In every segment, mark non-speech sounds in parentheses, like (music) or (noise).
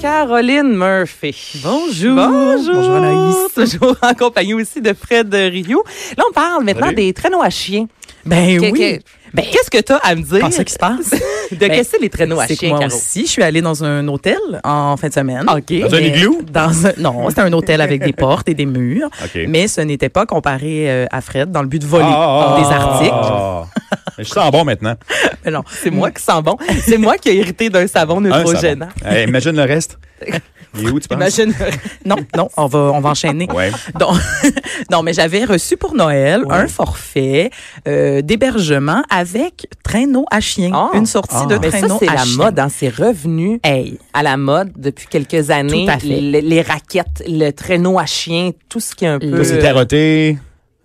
Caroline Murphy. Bonjour. Bonjour. Bonjour, Anaïs. (laughs) Toujours en compagnie aussi de Fred de Rio. Là, on parle maintenant Salut. des traîneaux à chiens. Ben Que- oui. que- ben, qu'est-ce que tu as à me dire? Quand c'est qui (laughs) se passe? Ben, De qu'est-ce que c'est les traîneaux à C'est que chiens, moi Caro? aussi, je suis allée dans un hôtel en fin de semaine. OK. Dans un Mais- igloo? Dans un- non, c'était un hôtel avec des portes et des murs. OK. Mais ce n'était pas comparé euh, à Fred dans le but de voler Ah, des ah, articles. ah, ah. Je sens (laughs) bon maintenant. Mais non, Ben C'est moi qui sens bon. C'est moi qui ai hérité d'un savon Un, ça va. neutrogénant. Hey, imagine (laughs) le reste. Il est où, tu penses? Imagine. Euh, Non, non, on va, on va enchaîner. Ouais. Donc, (laughs) non, mais j'avais reçu pour Noël un forfait euh, d'hébergement avec traîneau à chien. Ah. une sortie de Mais ça, traîneau c'est à la chien. mode, hein, c'est revenu Hey, à la mode depuis quelques années. Tout à fait. Le- les raquettes, le traîneau à chien, tout ce qui est un peu... Tout C'est taroté.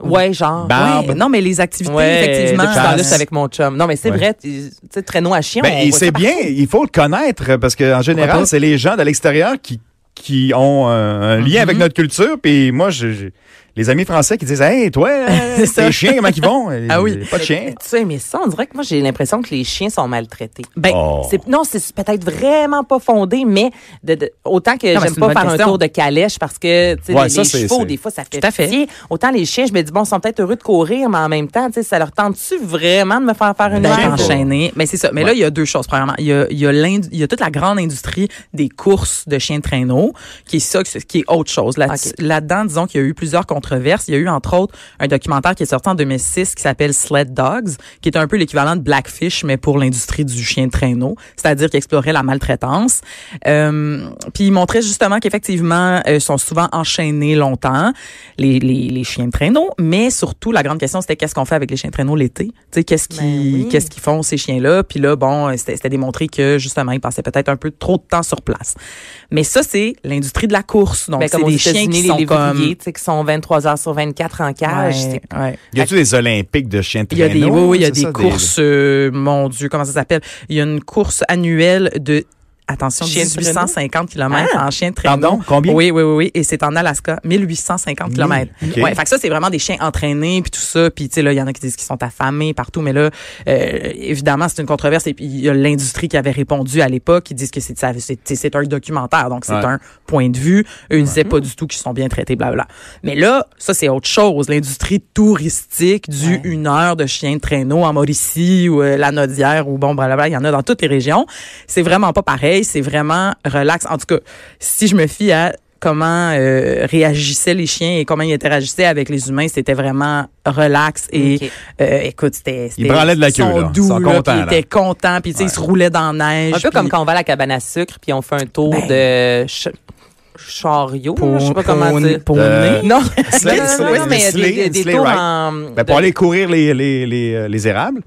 ouais, genre... Barbe. Ouais, non, mais les activités, Ouais, effectivement. depuis ce temps-là, Chasse. je suis avec mon chum. Non, mais c'est Ouais. vrai, tu tu sais, traîneau à chien, Ben, on il voit sait ça bien, il faut le connaître parce qu'en Pourquoi général, pas? c'est les gens de l'extérieur qui, qui ont euh, un lien Mm-hmm. avec notre culture. Puis moi, j'ai j'ai les amis français qui disent Hey, toi, (laughs) euh, C'est ça. tes chiens, comment ils vont Ah oui. Pas de chien. Mais Tu sais, mais ça, on dirait que moi, j'ai l'impression que les chiens sont maltraités. Ben, Oh. C'est- Non, c'est peut-être vraiment pas fondé, mais de- de- autant que mais j'aime c'est une pas bonne faire question. un tour de calèche parce que tu sais, Ouais, les, ça, les c'est- chevaux, c'est- des fois, ça fait, Tout à fait. pitié. Autant les chiens, je me dis, bon, ils sont peut-être heureux de courir, mais en même temps, tu sais, ça leur tente-tu vraiment de me faire faire une d'être Ouais. heure? enchaîné. Mais c'est ça. Mais là, il y a deux choses. Premièrement, il y a, il y, a l'ind- il y a toute la grande industrie des courses de chiens de traîneau, qui est ça, qui est autre chose. Là, Ok. Là-dedans, disons qu'il y a eu plusieurs controverses. Il y a eu, entre autres, un documentaire qui est sorti en 2006 qui s'appelle Sled Dogs, qui est un peu l'équivalent de Blackfish, mais pour l'industrie du chien de traîneau, c'est-à-dire qui explorait la maltraitance. Euh, puis il montrait justement qu'effectivement, euh, ils sont souvent enchaînés longtemps, les, les, les chiens de traîneau, mais surtout, la grande question, c'était qu'est-ce qu'on fait avec les chiens de traîneau l'été? Tu sais, qu'est-ce qui, Ben oui. qu'est-ce qu'ils font ces chiens-là. Puis là, bon, euh, c'était c'était démontré que justement, ils passaient peut-être un peu trop de temps sur place. Mais ça, c'est l'industrie de la course. Donc, Ben, c'est comme aux des chiens États-Unis, qui les sont lévriers, comme... Ah, tu sais, qui sont 23 heures sur 24 en cage. Ouais, c'est- ouais. Y a-tu des Olympiques de chiens de Ah, Il y a des, oui, traîneau? oui, il y a C'est des ça, courses, euh, mon Dieu, comment ça s'appelle? Il y a une course annuelle de, attention, Chien de traîneau? Ah! 1850 km en chien de traîneau. Pardon, combien Oui, oui, oui, oui. Et c'est en Alaska, 1850 km. OK. Ouais, fait que ça, c'est vraiment des chiens entraînés, puis tout ça. Puis, tu sais, là, il y en a qui disent qu'ils sont affamés partout, mais là, euh, évidemment, c'est une controverse. Et puis, il y a l'industrie qui avait répondu à l'époque, qui disent que c'est, ça- c'est, tu sais, c'est un documentaire, donc c'est Ouais. un point de vue. Eux, ils disaient pas du tout qu'ils sont bien traités, blablabla. Mais là, ça, c'est autre chose. L'industrie touristique du Ouais. une heure de chien de traîneau en Mauricie ou euh, la Nodière ou bon, blablabla, il y en a dans toutes les régions. C'est vraiment pas pareil, c'est vraiment relax. En tout cas, si je me fie à comment euh, réagissaient les chiens et comment ils interagissaient avec les humains, c'était vraiment relax et Ok. euh, écoute, c'était c'était- Ils branlaient de la sont queue, là. doux, Ils sont là, contents, puis ils là. étaient contents, puis tu sais, ils se roulaient dans la neige. Un peu puis- comme quand on va à la cabane à sucre puis on fait un tour Ben. de ch- chariot, là, Ah, je sais pas Pon- comment pon- dire. poney. Euh, (laughs) Non, Slay, non, non, slay, non, non, mais slay, des, des, des slay, tours right. en... Ben, pour de- aller courir les, les, les, euh, les érables.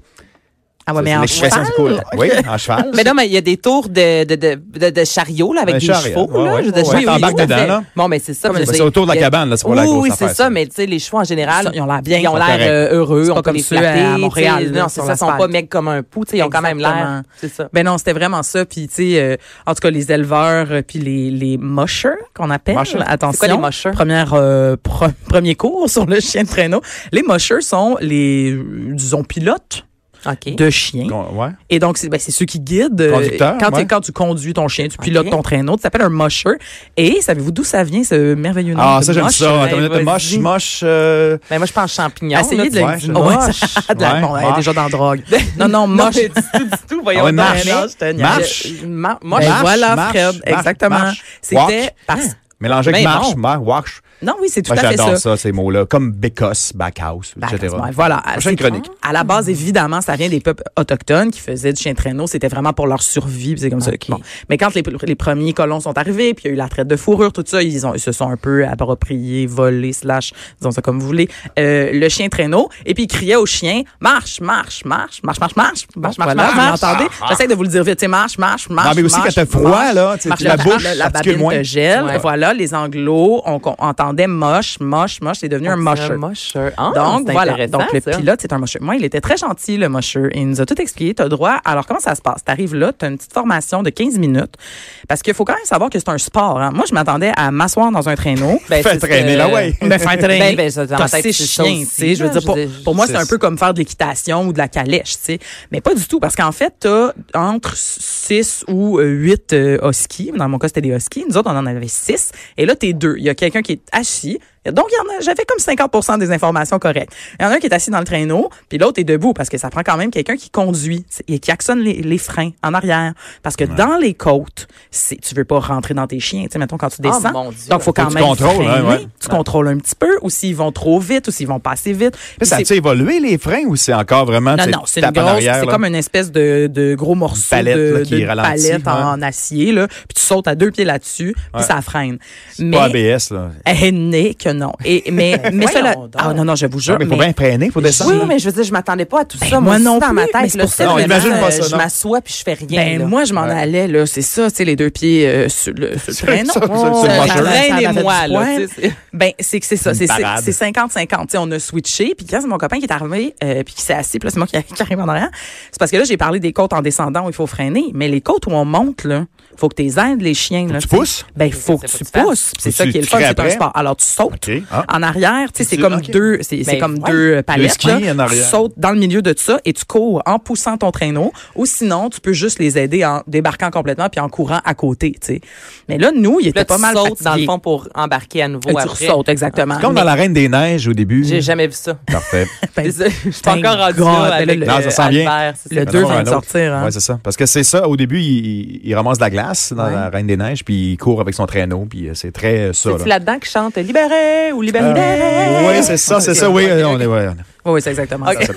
Ah ouais, mais C'est en l'expression cheval? du cours. Oui, en cheval. Mais non, mais il y a des tours de, de, de, de, de chariot là, avec Un des chariot, chevaux. ouais, là, ouais, je veux dire, ouais, oui, oui, t'embarques tout à fait. dedans, là. Bon, mais c'est ça. Comme je veux Ben, dire, c'est autour de la il y a- cabane, là, c'est pas oui, la grosse oui, affaire, c'est ça, ça. mais tu sais, les chevaux en général, Ils ont l'air bien, ils ont sont l'air corrects. euh, heureux, C'est on pas peut comme les ceux à flatter, Montréal, tu sais, là, non, sur c'est ça, ils sont pas l'asphalte. mecs comme un pou, tu sais, ils ont quand même l'air, Exactement. c'est ça. Ben non, c'était vraiment ça. Puis, tu sais, euh, en tout cas, les éleveurs, euh, puis les, les mushers qu'on appelle. Mushers. Attention. C'est quoi les mushers? Première, euh, pro- premier cours (laughs) sur le chien de traîneau. Les mushers sont les, euh, disons, pilotes OK. de chiens. Con- ouais. Et donc, c'est ben, c'est ceux qui guident. euh, Conducteur, quand, tu- ouais. quand tu conduis ton chien, tu pilotes Ok. ton traîneau, tu t'appelles un musher. Et savez-vous d'où ça vient, ce merveilleux nom Ah, de ça, j'aime musher? ça. Ben, Attends, une minute, vas-y. moche, moche. euh, Ben moi, je pense champignons. Essayez de là, Ouais, le je- Oh, ouais, Moche. (laughs) ça- Ouais, Bon, elle est moche. déjà dans la drogue. (laughs) Non, non, Non, moche. Ben, mais du tout, du tout, voyons. Ah ouais, Ah donc. marche. Non, je te niaise. Marche. Je- ma- Moi, Ben Marche, voilà, marche, Fred, marche, exactement. marche. C'était Walk. parce Mélangé avec Ben marche, non. marche, wash. Non, oui, c'est tout Moi, à fait j'adore ça. ça. ces mots-là. Comme bécosse, backhouse, etc. Backhouse, Bah, ouais, voilà. Prochaine C'est- chronique. À la base, évidemment, ça vient des peuples autochtones qui faisaient du chien de traîneau. C'était vraiment pour leur survie. puis C'est comme ça. Ok. que- bon. Mais quand les, les premiers colons sont arrivés, puis il y a eu la traite de fourrure, tout ça, ils, ont, ils se sont un peu appropriés, volés, slash, disons ça comme vous voulez, euh, le chien de traîneau. Et puis ils criaient au chien, marche, marche, marche, marche, marche, marche, marche, marche, voilà, marche. marche. Vous m'entendez? J'essaie de vous le dire vite. Tu sais, marche, marche, marche. Ah, Non, mais aussi marche, quand t'as froid, marche, là, tu sais, marche, la le- bouche, le- ça la te tue le babine moins. te gèle. Ouais. Voilà, les anglos ont, ont tandem moche, moche, moche. C'est devenu un mocheur. mocheur. Ah, Donc c'est voilà, intéressant, donc le ça. pilote c'est un mocheur. Moi, il était très gentil le mocheur. Il nous a tout expliqué, t'as droit. Alors comment ça se passe T'arrives là, t'as une petite formation de 15 minutes parce qu'il faut quand même savoir que c'est un sport. hein. Moi, je m'attendais à m'asseoir dans un traîneau. Ben, Fais c'est ce traîner que- la way. Ben, faire traîner. Ben, ben, ça, dans T'as ma tête, six c'est ça chiens, aussi, tu sais. Je veux là, dire, je pour, veux dire, pour moi, c'est c'est un ça. peu comme faire de l'équitation ou de la calèche, tu sais. Mais pas du tout, parce qu'en fait, t'as entre six ou euh, huit euh, huskies. Dans mon cas, c'était des huskies. Nous autres, on en avait six. Et là, t'es deux. Il y a quelqu'un qui est assis. Donc, il y en a- j'avais comme 50 des informations correctes. Il y en a un qui est assis dans le traîneau, puis l'autre est debout, parce que ça prend quand même quelqu'un qui conduit tu sais, et qui actionne les, les freins en arrière. Parce que dans les côtes, c'est- tu veux pas rentrer dans tes chiens. Tu sais, mettons, quand tu Ah, descends, mon Dieu. donc, faut quand que tu même contrôles, hein, freiner. ouais. Tu contrôles un petit peu, ou s'ils vont trop vite, ou s'ils vont passer vite. Mais Puis ça c'est- a-tu évolué les freins ou c'est encore vraiment. non, tu sais, non, c'est une tapes en grosse, arrière, c'est là? comme une espèce de, de gros morceau palette, de, là, qui de ralentit, palette en, en acier, là, puis tu sautes à deux pieds là-dessus, Ouais. puis ça freine. Pas Mais, ABS, là. (laughs) eh, né que non. Et, (laughs) mais, mais cela, Voyons donc. ah, non, non, je vous jure, Non, mais faut mais- bien freiner, faut descendre. Oui, mais je veux dire, je m'attendais pas à tout Ben, ça. moi Moi, non non dans ma plus, mais tête, c'est là, pour ça. c'est Non, vraiment, imagine pas euh, ça, je non. m'assois puis je fais rien. Ben, là. moi, je m'en Ouais. allais, là, c'est ça, tu sais, les deux pieds euh, sur le, (laughs) sur le Sur- traîneau. sur- sur- sur le Ça, moteur. ça traîne et Ça fait du moi, là, poil. tu sais, c'est- Ben, c'est que c'est ça, Une c'est parade. c'est 50-50. Tu sais, On a switché, puis quand c'est mon copain qui est arrivé, euh, puis qui s'est assis, puis là, c'est moi qui, qui arrive en arrière, c'est parce que là, j'ai parlé des côtes en descendant où il faut freiner, mais les côtes où on monte, là, faut que t'es aides les chiens. Là, Tu sais. pousses? Ben, faut que C'est tu pas de pousses. C'est Faut ça que qui est le tu fun, c'est craperais. un sport. Alors, tu sautes OK. Ah. en arrière, tu sais, c'est Tu- comme OK. deux, c'est c'est Ben, comme ouais. deux euh, palettes. ski là. en Tu arrière. sautes dans le milieu de ça et tu cours en poussant ton traîneau. Ou sinon, tu peux juste les aider en débarquant complètement puis en courant à côté, tu sais. Mais là, nous, Puis il là, était pas tu mal sautes dans le fatigués. fond pour embarquer à nouveau Et tu après. sautes exactement. C'est Comme dans la Reine des Neiges au début. J'ai jamais vu ça. Parfait. (laughs) Ben, Désolée, Je suis pas thank encore rendu God, là avec euh, ben là, le- Non, ça sent bien. Albert, c'est ça. Le Ben deux non, vient de un autre. sortir, hein. Ouais, c'est ça. Parce que c'est ça. Au début, il, il- il ramasse de la glace dans Ouais. la Reine des Neiges, puis il court avec son traîneau, puis euh, c'est très euh, ça. C'est là-dedans qui chante Libéré ou Libéré. oui, c'est ça, c'est ça. Oui, euh, on est. ouais, on est- Oui, oui, c'est exactement Ok. ça.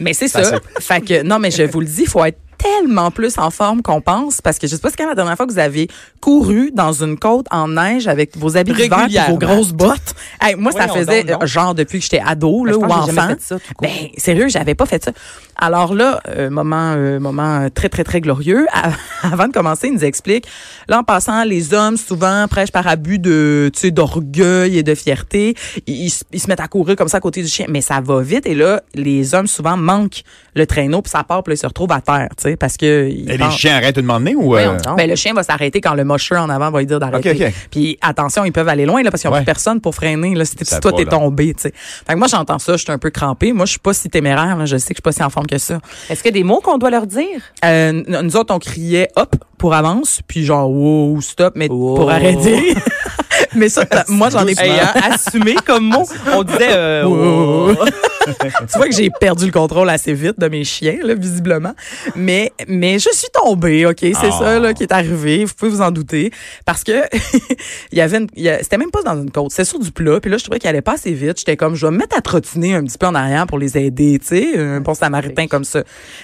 Mais c'est Ça, ça. Fait que, non, mais je vous le dis, faut être tellement plus en forme qu'on pense parce que je sais pas si quand la dernière fois que vous avez couru dans une côte en neige avec vos habits d'hiver et vos Régulièrement. grosses bottes. Hey, moi, ça Voyons faisait donc, non. euh, genre depuis que j'étais ado Ben, là, je ou pense que j'ai jamais enfant. fait ça, tout court. Ben, sérieux, j'avais pas fait ça. Alors là, euh, moment, euh, moment euh, très, très, très glorieux. (laughs) À- Avant de commencer, il nous explique, là, en passant, les hommes, souvent, prêchent par abus de, tu sais, d'orgueil et de fierté. Ils, ils se- ils se mettent à courir comme ça à côté du chien, mais ça va vite. Et là, les hommes, souvent, manquent le traîneau, puis ça part, puis là, ils se retrouvent à terre, tu sais, parce que... ils Et les pensent- chiens arrêtent de demander ou. euh, Voyons donc. ben, le chien va s'arrêter quand le mocheur en avant va lui dire d'arrêter. Ok, ok. Puis attention, ils peuvent aller loin là parce qu'ils n'ont Ouais. plus personne pour freiner là si t'es- Ça si toi va, t'es là. tombé, tu sais. Fait que moi j'entends ça, je suis un peu crampé. Moi je suis pas si téméraire, là. je sais que je suis pas si en forme que ça. Est-ce qu'il y a des mots qu'on doit leur dire? Euh, n- nous autres on criait hop pour avance, puis genre wow stop mais Wow. pour (laughs) arrêter. mais ça t'as- moi j'en ai pas. Hey, (laughs) hein, assumé comme mot, on disait euh, Wow. wow. oh. (laughs) tu vois que j'ai perdu le contrôle assez vite de mes chiens, là, visiblement. Mais, mais je suis tombée, OK? C'est Ah. ça, là, qui est arrivé. Vous pouvez vous en douter. Parce que, (laughs) il y avait une, il y a- c'était même pas dans une côte. C'était sur du plat. Puis là, je trouvais qu'il allait pas assez vite. J'étais comme, je vais me mettre à trottiner un petit peu en arrière pour les aider, tu sais, un bon samaritain comme ça.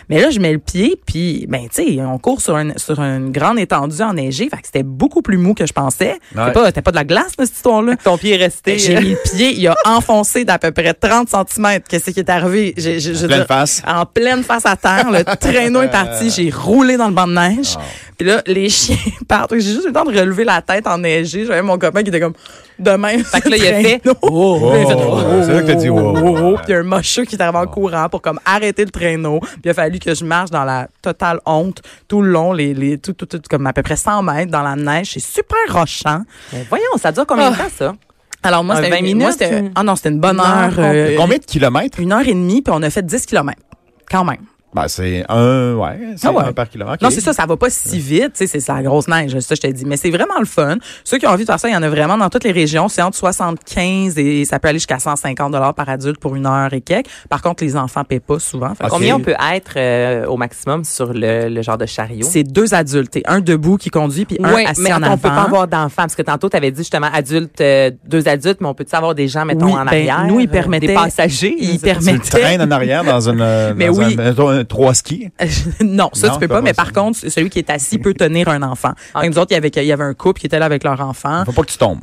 Mais là, je mets le pied, puis, ben, tu sais, on court sur, un, sur une grande étendue enneigée. Fait que c'était beaucoup plus mou que je pensais. Ouais. C'était pas, c'était pas de la glace, là, cette histoire-là. Ton pied est resté. euh. J'ai mis le pied, il a enfoncé d'à peu près 30 cm. Qu'est-ce qui est arrivé? J'ai- j'ai- je veux pleine dire, face. Euh. En pleine face à terre. Le traîneau est parti. J'ai roulé dans le banc de neige. Puis là, les chiens (laughs) partent. J'ai juste eu le temps de relever la tête enneigée. J'avais mon copain qui était comme, demain. Fait que là, il a fait, Oh, oh, c'est là que t'as dit, oh, oh, oh. Puis il y a un mocheux qui est arrivé en courant pour comme arrêter le traîneau. Puis il a fallu que je marche dans la totale honte tout le long, les, les, tout, tout, tout, comme à peu près 100 mètres dans la neige. C'est super rochant. Mais Ben, voyons, ça dure combien de Ah. temps, ça? Alors moi, Un c'était 20 une- minutes, moi, c'était- ou- Ah non, c'était une bonne Une heure heure. euh, Combien de kilomètres? une heure et demie, puis on a fait 10 kilomètres. Quand même. Ben, c'est un, ouais, c'est Ah ouais. un par kilomètre. Non, OK. c'est ça, ça va pas si vite, tu sais, c'est c'est la grosse neige, ça je te dis. Mais c'est vraiment le fun. Ceux qui ont envie de faire ça, il y en a vraiment dans toutes les régions. C'est entre 75 et ça peut aller jusqu'à 150 dollars par adulte pour une heure et quelques. Par contre, les enfants paient pas souvent. Fait que Ok. Combien on peut être euh, au maximum sur le, le genre de chariot? C'est deux adultes, et un debout qui conduit puis un Oui, assis mais en attends, avant. on peut pas avoir d'enfants parce que tantôt tu avais dit justement adultes, euh, deux adultes, mais on peut avoir des gens mettons Oui, en ben, arrière. nous, ils euh, permettaient- des passagers, ils je sais pas. Tu le permettaient- traînes en arrière dans (laughs) une. euh, Mais dans oui. un- mettons, un trois skis. Euh, (laughs) non, ça Non, tu peux pas pas. Mais possible. par contre, celui qui est assis peut tenir un enfant. Ok. Fait que Nous autres, il y avait il y avait un couple qui était là avec leur enfant. Faut pas que tu tombes.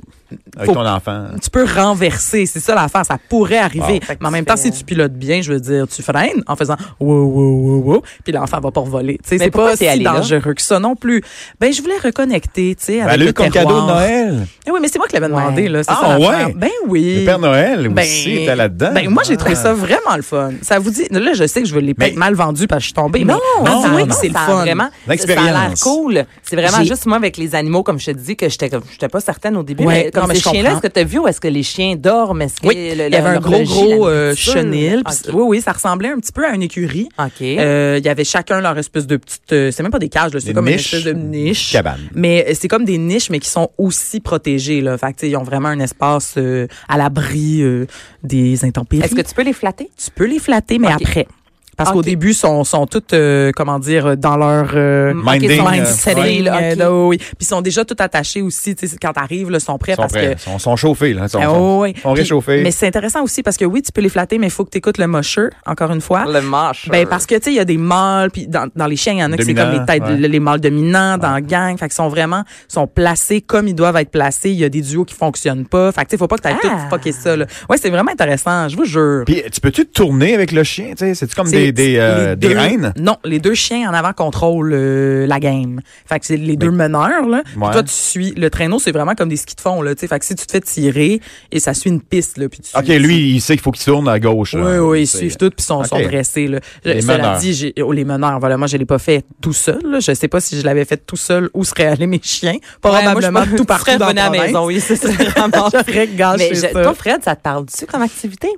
avec Faut- ton enfant. tu peux renverser. C'est ça l'affaire. Ça pourrait arriver. Fait que Mais en tu même temps, fais, si tu pilotes bien, je veux dire, tu freines en faisant wow, wow, wow, wow, puis l'enfant va pas voler. Tu sais, Mais c'est pourquoi pas t'es si allée là? dangereux que ça non plus. Ben, je voulais reconnecter, tu sais, avec Ben, Elle a le eu comme terroir. cadeau de Noël. Eh oui, mais c'est moi qui l'avais demandé, Ouais. là. C'est Ah, ça, l'affaire. ouais? Ben oui. Le Père Noël Ben, aussi était là-dedans. Ben, moi, j'ai trouvé Ah. ça vraiment le fun. Ça vous dit, là, je sais que je vais les Mais- peut-être mal vendus parce que je suis tombée. mais Non, Ah, non, oui, non, c'est le ça a fun. Vraiment, ça a L'expérience. l'air cool. C'est vraiment J'ai- juste moi avec les animaux, comme je te dis, que j'étais comme- j'étais pas certaine au début. Ouais, mais comme non, mais ces je chiens-là, comprends. est-ce que tu as vu ou est-ce que les chiens dorment? Est-ce que Oui, le- il y le- avait un leur gros, logis, gros la euh, nourriture? chenil. puis Ok. c- Oui, oui, ça ressemblait un petit peu à une écurie. OK. Euh, il y avait chacun leur espèce de petite, euh, c'est même pas des cages, là, c'est Des comme niches, une espèce de niche. cabane. Mais euh, c'est comme des niches, mais qui sont aussi protégées. Là. Fait que, tu sais, ils ont vraiment un espace euh, à l'abri euh, des intempéries. Est-ce que tu peux les flatter? tu peux les flatter, mais Ok. après? Parce qu'au Ok. début, sont sont toutes, euh, comment dire, dans leur euh, Mm. Minding. Ok, euh, mindset. ouais. là, Ok. là, oui. Puis ils sont déjà toutes attachées aussi. tu sais, Quand t'arrives, là, ils sont prêts Ils sont parce prêts. que Ils sont, sont chauffés, là. Ils sont, Ah, sont- ouais. sont Puis- réchauffés. Mais c'est intéressant aussi parce que oui, tu peux les flatter, mais il faut que tu écoutes le mosher, encore une fois. Le mâche. Ben parce que tu sais il y a des mâles puis dans, dans les chiens il y en a qui c'est comme Dominants, les têtes ouais. le- les mâles dominants dans la gang fait qu'ils sont vraiment sont placés comme ils doivent être placés il y a des duos qui fonctionnent pas fait que tu sais faut pas que t'ailles Ah. tout fucker ça là. Ouais, c'est vraiment intéressant, je vous jure. Puis, tu peux-tu tourner avec le chien? Tu sais, C'est-tu comme C'est- des, des, c'est euh, les des deux- reines? Non, les deux chiens en avant contrôlent euh, la game. Fait que c'est les deux meneurs là. Puis Ouais. toi tu suis le traîneau, c'est vraiment comme des skis de fond là, tu sais. Fait que si tu te fais tirer et ça suit une piste là puis tu OK, tu- lui, il sait qu'il faut qu'il tourne à gauche. Oui, là. oui, ils C'est- suivent tout puis sont, OK. sont dressés. Là. Je- Les cela meneurs. dit, j'ai, oh, les meneurs, voilà, moi, je l'ai pas fait tout seul. là. Je sais pas si je l'avais fait tout seul, où seraient allés mes chiens. Probablement tout partout dans revenu à la la (laughs) maison, oui, c'est vraiment. J'aurais gâché Mais je- ça. toi, Fred, ça te parle-tu comme activité?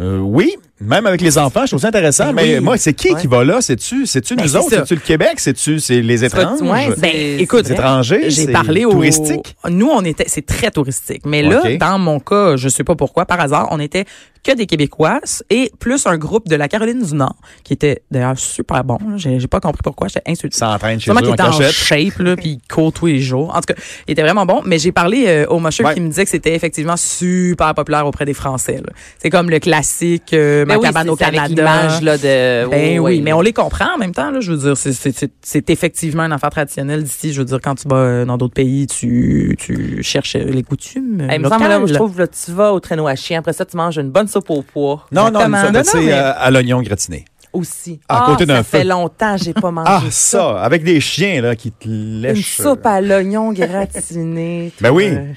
Euh, oui, même avec les enfants, je trouve ça intéressant. Ben mais oui. moi, c'est qui Ouais. qui va là? C'est-tu c'est-tu Ben, nous c'est autres? ça. C'est-tu le Québec? C'est-tu c'est les étranges? ouais, c'est- Ben, c'est écoute, les étrangers? j'ai C'est parlé au touristique. Nous, on était, c'est très touristique. Mais là, OK. dans mon cas, je sais pas pourquoi, par hasard, on était que des Québécois et plus un groupe de la Caroline du Nord qui était d'ailleurs super bon. là. J'ai j'ai pas compris pourquoi, j'étais insultée. S'entraîne chez eux Sûrement qu'il en était en cachette. shape, là, puis il court tous les jours. En tout cas, il était vraiment bon. Mais j'ai parlé euh, au monsieur Ouais. qui me disait que c'était effectivement super populaire auprès des Français. là. C'est comme le classique euh, Ma Ben oui, cabane c'est- au c'est avec Canada. l'image, là, de. Ben oui, Oh, mais on les comprend en même temps. Là, je veux dire, c'est- c'est- c'est c'est effectivement un affaire traditionnelle d'ici. Je veux dire, quand tu vas euh, dans d'autres pays, tu, tu cherches euh, les coutumes. Eh, euh, il me semble, là, locales. je trouve, là, tu vas au traîneau à chien. Après ça, tu manges une bonne soupe au pois. Non, non, Exactement. ça, Non, non, c'est mais- euh, à l'oignon gratiné. Aussi. Ah, À côté d'un ça feu. fait longtemps que j'ai (laughs) pas mangé Ah, ça, avec des chiens là qui te Une lèchent. soupe à l'oignon (laughs) gratiné. Ben oui. Euh,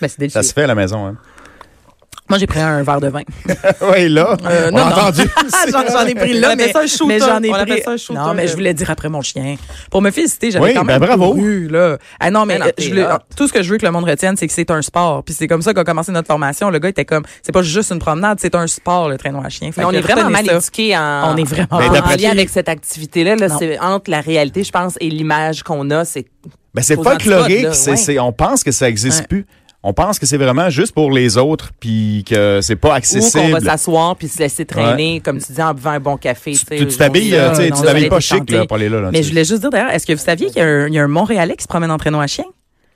Ben, c'est délicieux. Ça se fait à la maison. Hein. (laughs) Moi, j'ai pris un verre de vin. oui, là, Euh, on non, a non. entendu. (laughs) Ah, j'en, j'en ai pris là, On appelle mais, ça un shooter. mais j'en ai On pris. appelle ça un shooter. non, mais je voulais dire après mon chien. Pour me féliciter, j'avais Oui, quand ben même bravo. couru, là. Ah non, mais Ben non, euh, je t'es voulais- hot. tout ce que je veux que le monde retienne, c'est que c'est un sport. Puis c'est comme ça qu'a commencé notre formation. Le gars était comme, c'est pas juste une promenade, c'est un sport, le traîneau à chien. Fait Mais on que est vraiment retenez mal ça. éduqués en, On est vraiment en- Ben, en d'après- lien avec cette activité-là. là, Non. c'est entre la réalité, je pense, et l'image qu'on a. C'est Ben, c'est Aux folklorique. antipodes, là, c'est- ouais. c'est- on pense que ça n'existe Ouais. plus. On pense que c'est vraiment juste pour les autres, puis que c'est pas où qu'on va accessible. s'asseoir puis se laisser traîner, comme tu dis, en buvant un bon café. Tu- sais, tu- tu t'habilles, aujourd'hui, là, euh, tu sais, non, tu non, t'habilles j'allais pas te chic chanter. là, pour aller là. là, Mais tu- je voulais juste dire d'ailleurs, est-ce que vous saviez qu'il y a un, il y a un Montréalais qui se promène en traîneau à chien?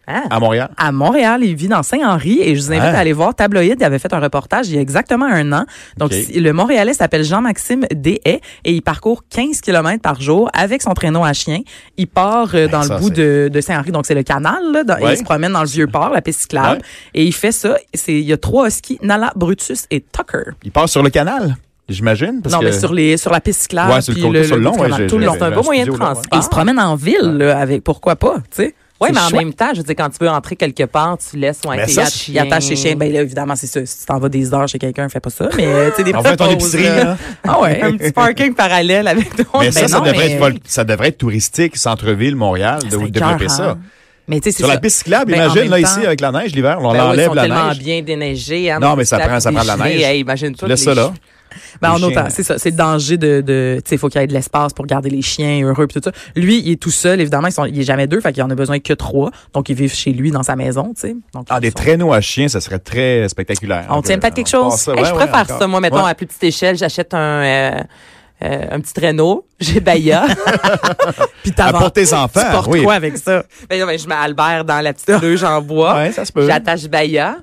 Ah. À Montréal. à Montréal. Il vit dans Saint-Henri et je vous invite Hein? à aller voir Tabloïd. Il avait fait un reportage il y a exactement un an. Donc, Ok. si- le Montréalais s'appelle Jean-Maxime Deshaies et il parcourt 15 km par jour avec son traîneau à chien. Il part euh, dans Ben, ça, le bout de, de Saint-Henri, donc c'est le canal. Là, dans- Ouais. Il se promène dans le vieux port, la piste cyclable. Et il fait ça. C'est- Il y a trois skis, Nala, Brutus et Tucker. Il passe sur le canal, j'imagine. parce non, que- mais sur, les, sur la piste cyclable. Ouais, sur le puis côté, sur le long, bout de ouais, canal, j'ai- tout le j'ai- long. j'ai C'est un un beau moyen de studio, là, ouais. transport. Et il se promène en ville là, avec pourquoi pas, tu sais. Oui, C'est mais en chouette. même temps, je veux dire, quand tu veux entrer quelque part, tu laisses ou Ben tes ça, chien. Il attache ses chiens. Ben là, évidemment, c'est ça. Si tu t'en vas des heures chez quelqu'un, fais pas ça. Mais euh, tu sais, des On va à petites ton pauses, épicerie, là. là. Ah ouais. un petit parking parallèle avec ton Mais ça, Ben ça, non, devrait mais- être, vol- ça devrait être touristique, centre-ville, Montréal, de, serait de développer écœurant. ça. Mais tu sais, c'est Sur la ça. piste cyclable, Ben, en imagine, même là, temps- ici, avec la neige, l'hiver, on Ben oui, enlève ils sont la tellement neige. bien déneigés. hein, Non, dans mais les ça lacs prend- ça prend de la dégelés. neige. Hey, Imagine-toi. Tu laisses les ça là. Ben, en Les autant, chiens. c'est ça. C'est le danger de, de tu sais, faut qu'il y ait de l'espace pour garder les chiens heureux pis tout ça. Lui, il est tout seul. Évidemment, ils sont, il est jamais deux. Fait qu'il en a besoin que trois. Donc, ils vivent chez lui dans sa maison, tu sais. Donc, Ah, ils des sont- traîneaux à chiens, ça serait très spectaculaire. euh, On tient peut-être quelque chose. Eh, passe ça, Hey, ouais, je ouais, préfère encore. ça. Moi, mettons, Ouais. à plus petite échelle, j'achète un, euh, euh, un petit traîneau. (laughs) J'ai (laughs) Baya. Puis Ah, t'avances. pour tes Tu enfants, portes oui. quoi avec ça? Ben non, ben, je mets Albert dans la petite rue, j'en bois. Ouais, ça se peut. J'attache Baya.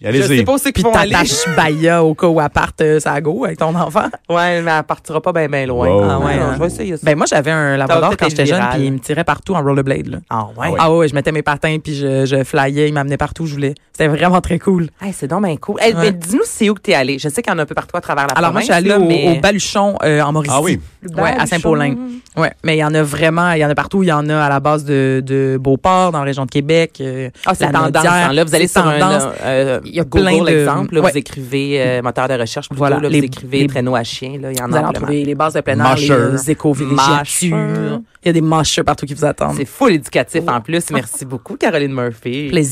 Puis Je sais Ah, allez-y. pas où c'est (laughs) qu'ils Puis vont aller. t'attaches Baya au cas où elle parte euh, sa go avec ton enfant. (laughs) Ouais, mais elle partira pas bien, bien loin. Wow. Ah ouais, Ouais, non, hein. je vais essayer ça. Ben moi j'avais un Ça va labrador quand peut-être j'étais jeune viral. puis il me tirait partout en rollerblade là. ah ouais. Ah ouais, je mettais mes patins puis je, je flyais, il m'amenait partout où je voulais. C'était vraiment très cool. Hey, c'est donc bien cool. Hey, Ouais. mais dis-nous c'est où que t'es allé. Je sais qu'il y en a un peu partout à travers la Alors moi je province. suis allée Ah, là, au, mais- au Baluchon euh, en Mauricie. Ah oui. Ouais, à Saint-Paulin. Ouais, mais il y en a vraiment, il y en a partout, il y en a à la base de, de Beauport dans la région de Québec. euh, Ah, c'est la tendance. Naudière. hein. Là, vous allez C'est sur un tendance. euh, euh, Il y a Google, plein de- exemple. là, ouais. Vous écrivez euh, moteur de recherche plutôt. Voilà, là, vous les- écrivez les- traîneau à chien. Là, il y en Vous allez a en plein. trouver les bases de plein air, les Mâcheurs. euh, éco-villégiatures. Mâcheurs. Il y a des mâcheurs partout qui vous attendent. C'est full éducatif en plus. Merci beaucoup, Caroline Murphy. plaisir.